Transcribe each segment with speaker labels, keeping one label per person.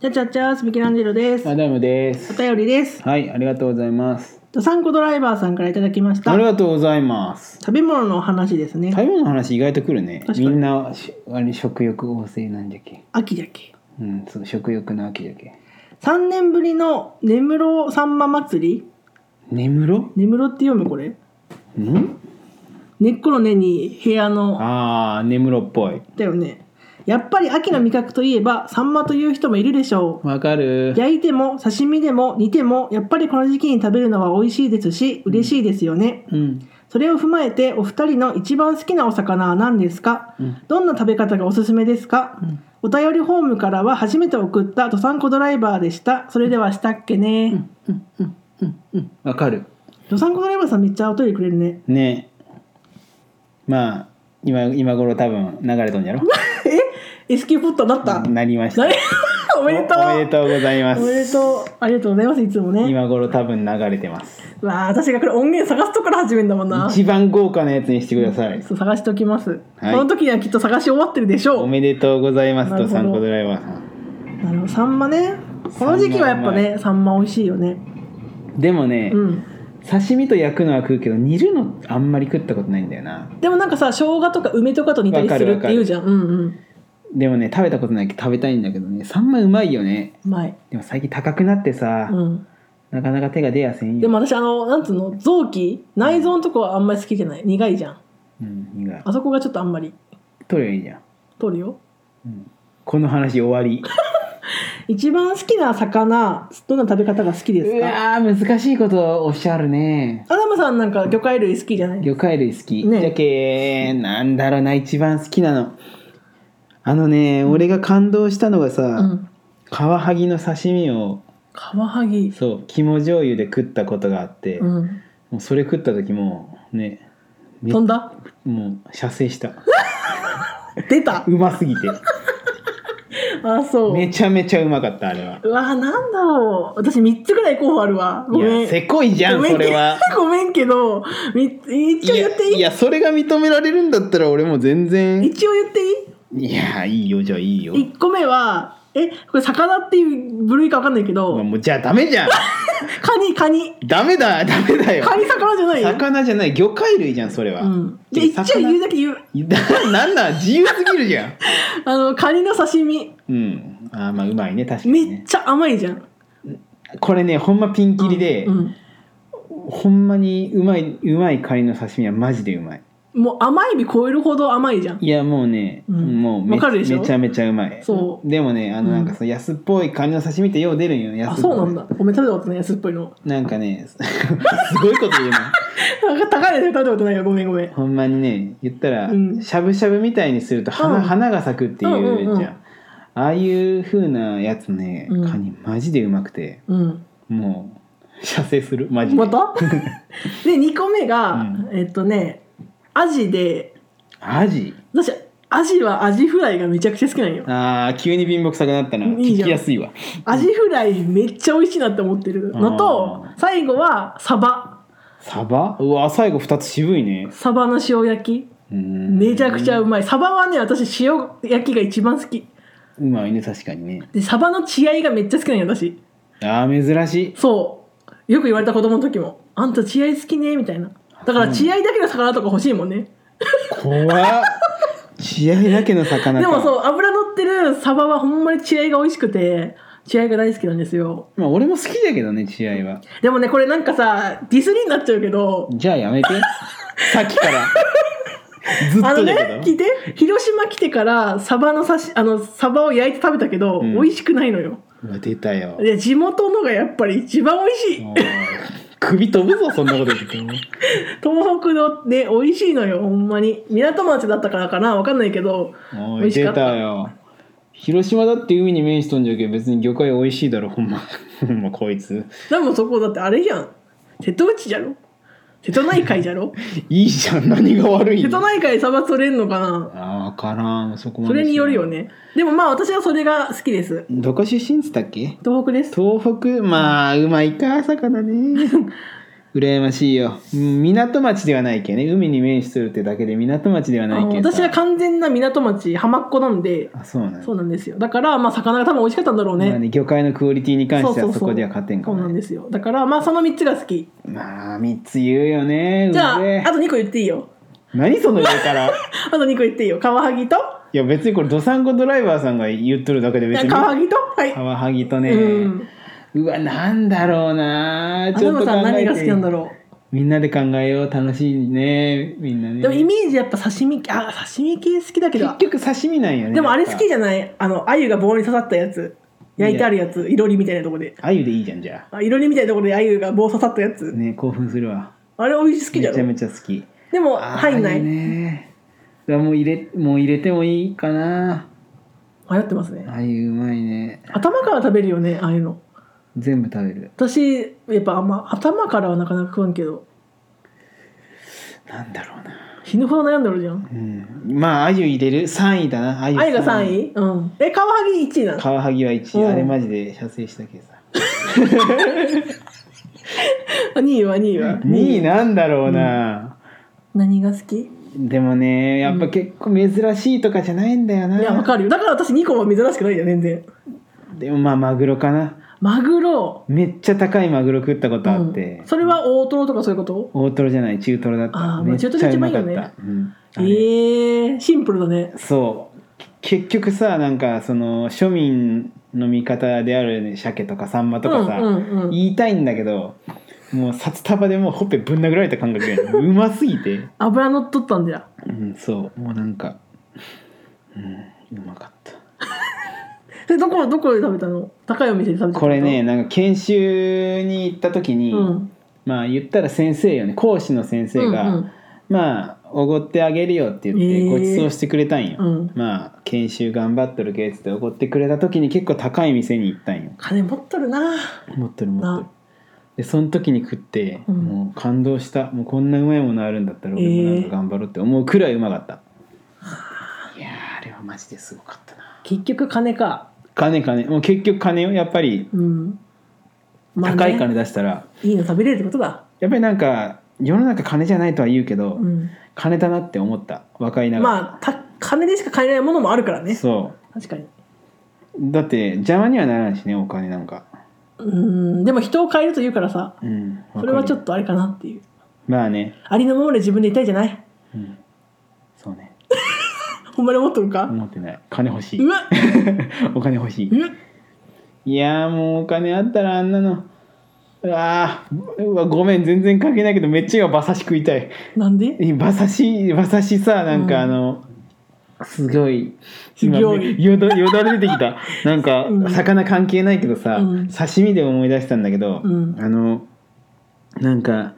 Speaker 1: チャチャチャスミキランジェロです。
Speaker 2: アダムで
Speaker 1: お
Speaker 2: す。
Speaker 1: 便りです。
Speaker 2: はい、ありがとうございます。
Speaker 1: とサンコドライバーさんからいただきまし
Speaker 2: あ
Speaker 1: た
Speaker 2: り。がとうございます。
Speaker 1: 食べ物のお話ですね。
Speaker 2: 食べ物の話意外と来るね
Speaker 1: 確。かに
Speaker 2: みんなしあれ食欲旺盛なんじゃけ。
Speaker 1: 秋じゃけ。
Speaker 2: うん、そう食欲の秋じゃけ。
Speaker 1: 3年ぶりの根室さんま祭り
Speaker 2: 眠ろ？
Speaker 1: 根室って読むこれ
Speaker 2: ん？
Speaker 1: 根っこの根に部屋の
Speaker 2: ああ眠ろっぽい。
Speaker 1: だよねやっぱり秋の味覚といえばサンマという人もいるでしょ
Speaker 2: わかる
Speaker 1: う。焼いても刺身でも煮てもやっぱりこの時期に食べるのは美味しいですし嬉しいですよね、
Speaker 2: うん。
Speaker 1: それを踏まえてお二人の一番好きなお魚は何ですか、
Speaker 2: うん
Speaker 1: どんな食べ方がおすすめですか、
Speaker 2: ん
Speaker 1: お便りホームからは初めて送ったドサンコドライバーでしたそれではしたっけね、
Speaker 2: うん。わかる。
Speaker 1: ドサンコドライバーさんめっちゃお便りくれる ね
Speaker 2: ね。まあ今今頃多分流れとんじゃろ。
Speaker 1: え S 級ポットになった、
Speaker 2: なりました
Speaker 1: な。 れおめでとう
Speaker 2: おめでとうございます。
Speaker 1: おめでとうありがとうございますいつもね
Speaker 2: 今頃多分流れてます。
Speaker 1: わあ私がこれ音源探すとこから始めるんだもんな
Speaker 2: 一番豪華なやつにしてください。
Speaker 1: そう探しておきます、
Speaker 2: はい
Speaker 1: この時にはきっと探し終わってるでしょ
Speaker 2: お
Speaker 1: う
Speaker 2: めでとうございます
Speaker 1: なる
Speaker 2: と
Speaker 1: ほど
Speaker 2: サンコドライバーさん
Speaker 1: なるほどサンマねこの時期はやっぱねサンマ美味しいよね
Speaker 2: でもね、
Speaker 1: うん
Speaker 2: 刺身と焼くのは食うけど煮るのあんまり食ったことないんだよな
Speaker 1: でもなんかさ生姜とか梅とかと似たりするって言うじゃんうんうん
Speaker 2: でもね食べたことないけど食べたいんだけどねサンマうまいよね
Speaker 1: うまい、
Speaker 2: でも最近高くなってさ、
Speaker 1: うん、
Speaker 2: なかなか手が出やせんよ
Speaker 1: でも私あのなんつうの臓器内臓のとこはあんまり好きじゃない苦いじゃん
Speaker 2: うん苦い
Speaker 1: あそこがちょっとあんまり
Speaker 2: 取ればいいじゃん、
Speaker 1: 取るよ
Speaker 2: うんこの話終わり
Speaker 1: 一番好きな魚どんな食べ方が好きです
Speaker 2: う
Speaker 1: か
Speaker 2: わー難しいことおっしゃるね
Speaker 1: アダムさんなんか魚介類好きじゃない
Speaker 2: 魚介類好き、
Speaker 1: ね
Speaker 2: じゃけーなんだろうな一番好きなのあのね、俺が感動したのがさ、
Speaker 1: うん
Speaker 2: カワハギの刺身を
Speaker 1: カワハギ
Speaker 2: そう肝醤油で食ったことがあって、
Speaker 1: うん
Speaker 2: もうそれ食った時もうねめ
Speaker 1: 飛んだ
Speaker 2: もう射精した
Speaker 1: 出た
Speaker 2: うますぎて
Speaker 1: あそう
Speaker 2: めちゃめちゃうまかったあれは
Speaker 1: うわなんだろう私3つぐらい候補あるわご
Speaker 2: い
Speaker 1: めん
Speaker 2: やせこいじゃ
Speaker 1: ご
Speaker 2: ん
Speaker 1: めん
Speaker 2: それは
Speaker 1: ごめんけどみ一応
Speaker 2: い
Speaker 1: 言
Speaker 2: や
Speaker 1: っていい
Speaker 2: いやそれが認められるんだったら俺も全然
Speaker 1: 一応言っていい
Speaker 2: いやいいよじゃあいいよ
Speaker 1: 1個目はえこれ魚っていう部類か分かんないけ
Speaker 2: うわ
Speaker 1: ど
Speaker 2: もうじゃあダメじゃん
Speaker 1: カニカニ
Speaker 2: ダメだダメだよ
Speaker 1: カニ魚じゃないよ、
Speaker 2: 魚じゃない魚介類じゃんそれは、
Speaker 1: うん、じゃあ一応
Speaker 2: 魚
Speaker 1: 言うだけ言う
Speaker 2: なんなん自由すぎるじゃん
Speaker 1: あのカニの刺身
Speaker 2: うんあーまあうまいね確かに
Speaker 1: めっ
Speaker 2: ね
Speaker 1: ちゃ甘いじゃん
Speaker 2: これねほんまピンキリで、
Speaker 1: うん、
Speaker 2: ほんまにうまいうまいカニの刺身はマジでうまい
Speaker 1: もう甘い日超えるほど甘いじゃん
Speaker 2: いやもうね、
Speaker 1: うん
Speaker 2: もうめ
Speaker 1: わかるでしょ
Speaker 2: めちゃめちゃうまい
Speaker 1: そ
Speaker 2: でもねあの
Speaker 1: うん
Speaker 2: なんかさ、安っぽいカニの刺身ってよう出るんよ安っ
Speaker 1: あ
Speaker 2: ぽい
Speaker 1: そうなんだごめん食べたことない安っぽいの
Speaker 2: なんかねすごいこと言うな
Speaker 1: なんか高いの食べたことないよごめんごめん
Speaker 2: ほんまにね言ったら、
Speaker 1: うん
Speaker 2: しゃぶしゃぶみたいにすると花,、
Speaker 1: うん
Speaker 2: 花が咲くっていうじゃ
Speaker 1: う
Speaker 2: ん,、
Speaker 1: んうんうん
Speaker 2: ああいう風なやつね、
Speaker 1: うん
Speaker 2: カニマジでうまくて
Speaker 1: うん
Speaker 2: もう射精するマジで
Speaker 1: ま たで2個目が、
Speaker 2: うん
Speaker 1: えっとねアジで
Speaker 2: アジ
Speaker 1: 私アジはアジフライがめちゃくちゃ好きなんよ
Speaker 2: あー急に貧乏くさくなったな
Speaker 1: うんいい
Speaker 2: 聞
Speaker 1: じゃん
Speaker 2: きやすいわ
Speaker 1: アジフライめっちゃ美味しいなって思ってるのと
Speaker 2: あ
Speaker 1: 最後はサバ
Speaker 2: サバうわ最後2つ渋いね
Speaker 1: サバの塩焼きめ
Speaker 2: め
Speaker 1: ちゃくちゃうまいサバはね私塩焼きが一番好き
Speaker 2: うまいね確かにね
Speaker 1: でサバの血合いがめっちゃ好きなんよ私
Speaker 2: あー珍しい
Speaker 1: そうよく言われた子供の時も「あんた血合い好きね」みたいなだから血合いだけの魚とか欲しいもんね
Speaker 2: 怖っ血合いだけの魚
Speaker 1: で
Speaker 2: か
Speaker 1: もそう脂乗ってるサバはほんまに血合いが美味しくて血合いが大好きなんですよ
Speaker 2: まあ俺も好きだけどね血合いは
Speaker 1: でもねこれなんかさディスりになっちゃうけど
Speaker 2: じゃあや めてさっきからずっ
Speaker 1: あの
Speaker 2: と
Speaker 1: ね
Speaker 2: だけど、
Speaker 1: 聞いて広島来てからサバの刺しあのサバを焼いて食べたけど、
Speaker 2: うん
Speaker 1: 美味しくないのよ
Speaker 2: うわ出たよ
Speaker 1: で地元のがやっぱり一番美味しい
Speaker 2: おー首飛ぶぞそんなこと言ってても
Speaker 1: 東北のね美味しいのよほんまに港町だったからかなわかんないけど
Speaker 2: お
Speaker 1: 美
Speaker 2: い
Speaker 1: 味しか
Speaker 2: 出
Speaker 1: った
Speaker 2: たよ広島だって海に面しとんじゃけど別に魚介美味しいだろほんま ほんまこいつ
Speaker 1: でもそこだってあれじゃん瀬戸内じゃろ瀬戸内海じゃ ろ
Speaker 2: いいじゃん何が悪い
Speaker 1: 瀬戸
Speaker 2: の
Speaker 1: 内海サバ取れんのかな
Speaker 2: あ分からんそこまで
Speaker 1: それによるよねでもまあ私はそれが好きです
Speaker 2: どこ出身っつったっけ
Speaker 1: 東北です
Speaker 2: 東北まあうまいか魚ねう羨ましいようん港町ではないけどね海に面してるってだけで港町ではない
Speaker 1: あの
Speaker 2: けど
Speaker 1: 私は完全な港町浜っ子なんで
Speaker 2: あそうなんだ
Speaker 1: そうなんですよだからまあ魚が多分美味しかったんだろうね,、
Speaker 2: まあね魚介のクオリティに関してはそこでは勝てんか
Speaker 1: そう
Speaker 2: も
Speaker 1: なん
Speaker 2: ね
Speaker 1: ですよだからまあその3つが好き
Speaker 2: まあ3つ言うよね
Speaker 1: じゃあ
Speaker 2: うぜ
Speaker 1: あと2個言っていいよ
Speaker 2: 何その上から
Speaker 1: あと2個言っていいよカワハギと
Speaker 2: いや別にこれどさんこドライバーさんが言っとるだけで別に
Speaker 1: カワハギとはい
Speaker 2: カワハギとね、
Speaker 1: う
Speaker 2: うんわなんだろうな
Speaker 1: あ
Speaker 2: ち
Speaker 1: で
Speaker 2: ょっ
Speaker 1: も
Speaker 2: と考
Speaker 1: さん
Speaker 2: え
Speaker 1: 何
Speaker 2: て
Speaker 1: が好きなんだろ
Speaker 2: みんなで考えよう楽しいねみんな
Speaker 1: う
Speaker 2: ね
Speaker 1: でもイメージやっぱ刺身あ刺身系好きだけど
Speaker 2: 結局刺身なんよね
Speaker 1: でもあれ好き
Speaker 2: ゃ
Speaker 1: じゃないあの鮎が棒に刺さったやつ焼いてあるやついろりみたいなとこで
Speaker 2: あゆでいいじゃんじゃ
Speaker 1: あいろりみたいなとこで鮎が棒刺さったや
Speaker 2: あ
Speaker 1: つ
Speaker 2: ね興奮するわ
Speaker 1: あれ美味しい好きじゃ
Speaker 2: めちゃ
Speaker 1: ろ
Speaker 2: めちゃ好き
Speaker 1: でも
Speaker 2: あー
Speaker 1: 入んない
Speaker 2: いねだからもう入れもう入れてもいいかな
Speaker 1: 迷ってますね
Speaker 2: あゆうまいね
Speaker 1: 頭から食べるよねああいうの
Speaker 2: 全部食べる
Speaker 1: 私やっぱあんま頭からはなかなか食わんけど
Speaker 2: なんだろうな
Speaker 1: 死ぬほど悩んでるじゃん
Speaker 2: うんまああゆ入れる3位だなあゆ
Speaker 1: あゆが3位うんえカワハギ1位なの
Speaker 2: カワハギは1
Speaker 1: うん
Speaker 2: 位あれマジで射精したけどさ
Speaker 1: 2位は2位は
Speaker 2: 2位なんだろうな、
Speaker 1: 何が好きい
Speaker 2: でもねやっぱ結構珍しいとかじゃないんだよな、
Speaker 1: やわかるよだから私2個は珍しくないじゃん全然
Speaker 2: でもまあマグロかな
Speaker 1: マグロ
Speaker 2: めっちゃ高いマグロ食ったことあって、
Speaker 1: うんそれは大トロとかそういうこと
Speaker 2: 大トロじゃない中トロだった
Speaker 1: あーまあ
Speaker 2: めっちゃうまかった、
Speaker 1: 中トロが一
Speaker 2: うんあれ
Speaker 1: ええシンプルだね
Speaker 2: そうけ結局さなんかその庶民の味方である、ね、鮭とかサンマとかさ、
Speaker 1: うんうんうん、
Speaker 2: 言いたいんだけどもう札束でもうほっぺぶん殴られた感覚やんうますぎて、
Speaker 1: 油乗っとったんだよ
Speaker 2: うん、そうもうなんか、うん、うまかった
Speaker 1: でどこどこで食べたの高いお店で食べた
Speaker 2: これねなんか研修に行った時に、
Speaker 1: うん
Speaker 2: まあ言ったら先生よね講師の先生が、
Speaker 1: うん
Speaker 2: まあおごってあげるよって言っ
Speaker 1: え
Speaker 2: て
Speaker 1: ー
Speaker 2: ご馳走してくれたんよ、
Speaker 1: うん
Speaker 2: まあ研修頑張っとるけっつっておごってくれた時に結構高い店に行ったんよ
Speaker 1: 金持っとるな
Speaker 2: 持ってる持ってる
Speaker 1: な
Speaker 2: でその時に食って、
Speaker 1: うん
Speaker 2: もう感動したもうこんなうまいものあるんだったら俺もなんか頑張ろうって思うくらいうまかった、いやーあれはマジですごかったな
Speaker 1: 結局金か
Speaker 2: 金金もう結局金よやっぱり
Speaker 1: うん、まあね
Speaker 2: 高い金出したら、
Speaker 1: いいの食べれるってことだ、
Speaker 2: やっぱりなんか世の中金じゃないとは言うけど、
Speaker 1: うん、
Speaker 2: 金だなって思った若いながら、
Speaker 1: まあた金でしか買えないものもあるからね
Speaker 2: そう
Speaker 1: 確かに
Speaker 2: だって邪魔にはならないしねお金なんか
Speaker 1: うんでも人を変えると言うからさ
Speaker 2: うん
Speaker 1: それはちょ
Speaker 2: と
Speaker 1: っとあれかなっていう
Speaker 2: まあね
Speaker 1: ありのままで自分でいたいじゃない
Speaker 2: うんそうね
Speaker 1: ほんまに思っとるか、
Speaker 2: 思ってない金欲し
Speaker 1: う
Speaker 2: い
Speaker 1: わ
Speaker 2: お金欲しい
Speaker 1: うん
Speaker 2: いやーもうお金あったらあんなのうわーうわごめん全然関係ないけどめっちゃ今馬刺し食いたい
Speaker 1: なん で
Speaker 2: え馬刺し馬刺しさなん
Speaker 1: うん
Speaker 2: かあの、すごい
Speaker 1: すごい
Speaker 2: 今ねよどよだれ出て きたなんか
Speaker 1: うん
Speaker 2: 魚関係ないけどさ、
Speaker 1: うん
Speaker 2: 刺身で思い出したんだけど、
Speaker 1: うん
Speaker 2: あのなんか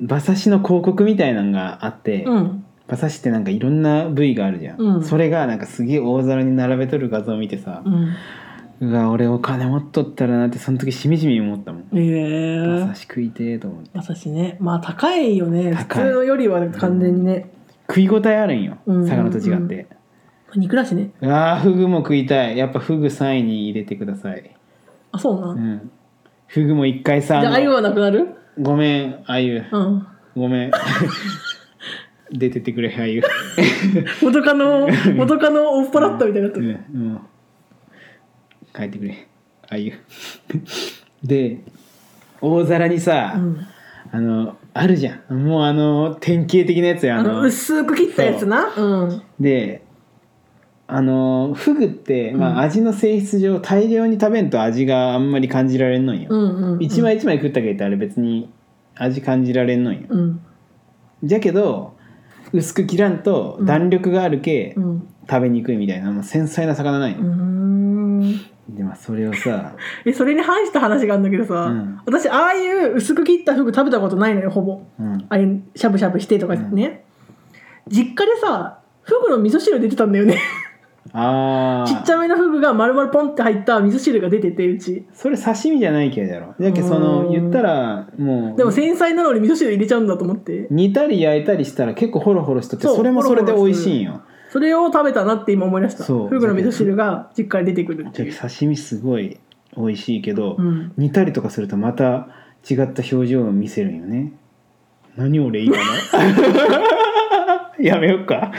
Speaker 2: 馬刺しの広告みたいなのがあって、
Speaker 1: うん
Speaker 2: 馬刺しってなんかいろんな部位があるじゃん、
Speaker 1: うん
Speaker 2: それがなんかすげえ大皿に並べとる画像を見てさ
Speaker 1: う、ん
Speaker 2: うわ俺お金持っとったらなってその時しみじみ思ったもん、
Speaker 1: ええ
Speaker 2: 馬刺し食いてえと思って
Speaker 1: 私ねまあ高いよね普
Speaker 2: 高い
Speaker 1: 通のよりは完全にね、
Speaker 2: 食い応えあるんよ、
Speaker 1: うん
Speaker 2: 魚と違って。
Speaker 1: 肉だしね
Speaker 2: ああフグも食いたいやっぱフグ3位に入れてください
Speaker 1: あそうな、、
Speaker 2: うん
Speaker 1: じ
Speaker 2: んフグも一回さ
Speaker 1: ゃああ
Speaker 2: あ
Speaker 1: ゆ
Speaker 2: の
Speaker 1: はなくなる
Speaker 2: ごめんあゆ
Speaker 1: うん
Speaker 2: ごめん 出てってくれあゆ
Speaker 1: 元カ ノ元カノを追っ払ったみたいになっ
Speaker 2: う
Speaker 1: た、
Speaker 2: んうん帰ってくれあゆ で大皿にさ、
Speaker 1: うん
Speaker 2: あのあるじゃんもうあの典型的なやつや
Speaker 1: あ
Speaker 2: あ
Speaker 1: の
Speaker 2: の
Speaker 1: 薄く切ったやつなうん
Speaker 2: であのフグって、まあ、味の性質上大量に食べんと味があんまり感じられんのんよ、
Speaker 1: うんうんうん
Speaker 2: 一枚一枚食ったけどあれ別に味感じられんのんよ、
Speaker 1: うん
Speaker 2: じゃけど薄く切らんと弾力があるけ、
Speaker 1: うん
Speaker 2: 食べにくいみたいなもう繊細な魚ない、
Speaker 1: うーん
Speaker 2: でまあそれをさ
Speaker 1: えそれに反した話があるんだけどさ、
Speaker 2: うん
Speaker 1: 私ああいう薄く切ったフグ食べたことないのよほぼ
Speaker 2: うん
Speaker 1: ああいうしゃぶしゃぶしてとかね、実家でさフグの味噌汁出てたんだよね
Speaker 2: あ
Speaker 1: ちっちゃ
Speaker 2: い
Speaker 1: めのフグが丸々ポンって入った味噌汁が出ててうち
Speaker 2: それ刺身じゃないけどやろじゃけそうの
Speaker 1: ん
Speaker 2: 言ったらもう
Speaker 1: でも繊細なのに味噌汁入れちゃうんだと思って
Speaker 2: 煮たり焼いたりしたら結構ホロホロしとって
Speaker 1: そう
Speaker 2: それもそれで美味しいんよ
Speaker 1: それを食べたなって今思い出した
Speaker 2: そう
Speaker 1: フグの味噌汁が実家に出てくるって
Speaker 2: じゃ
Speaker 1: い
Speaker 2: け
Speaker 1: う、
Speaker 2: 刺身すごい美味しいけど、
Speaker 1: うん、
Speaker 2: 煮たりとかするとまた違った表情を見せるんよね 何俺今のやめよっか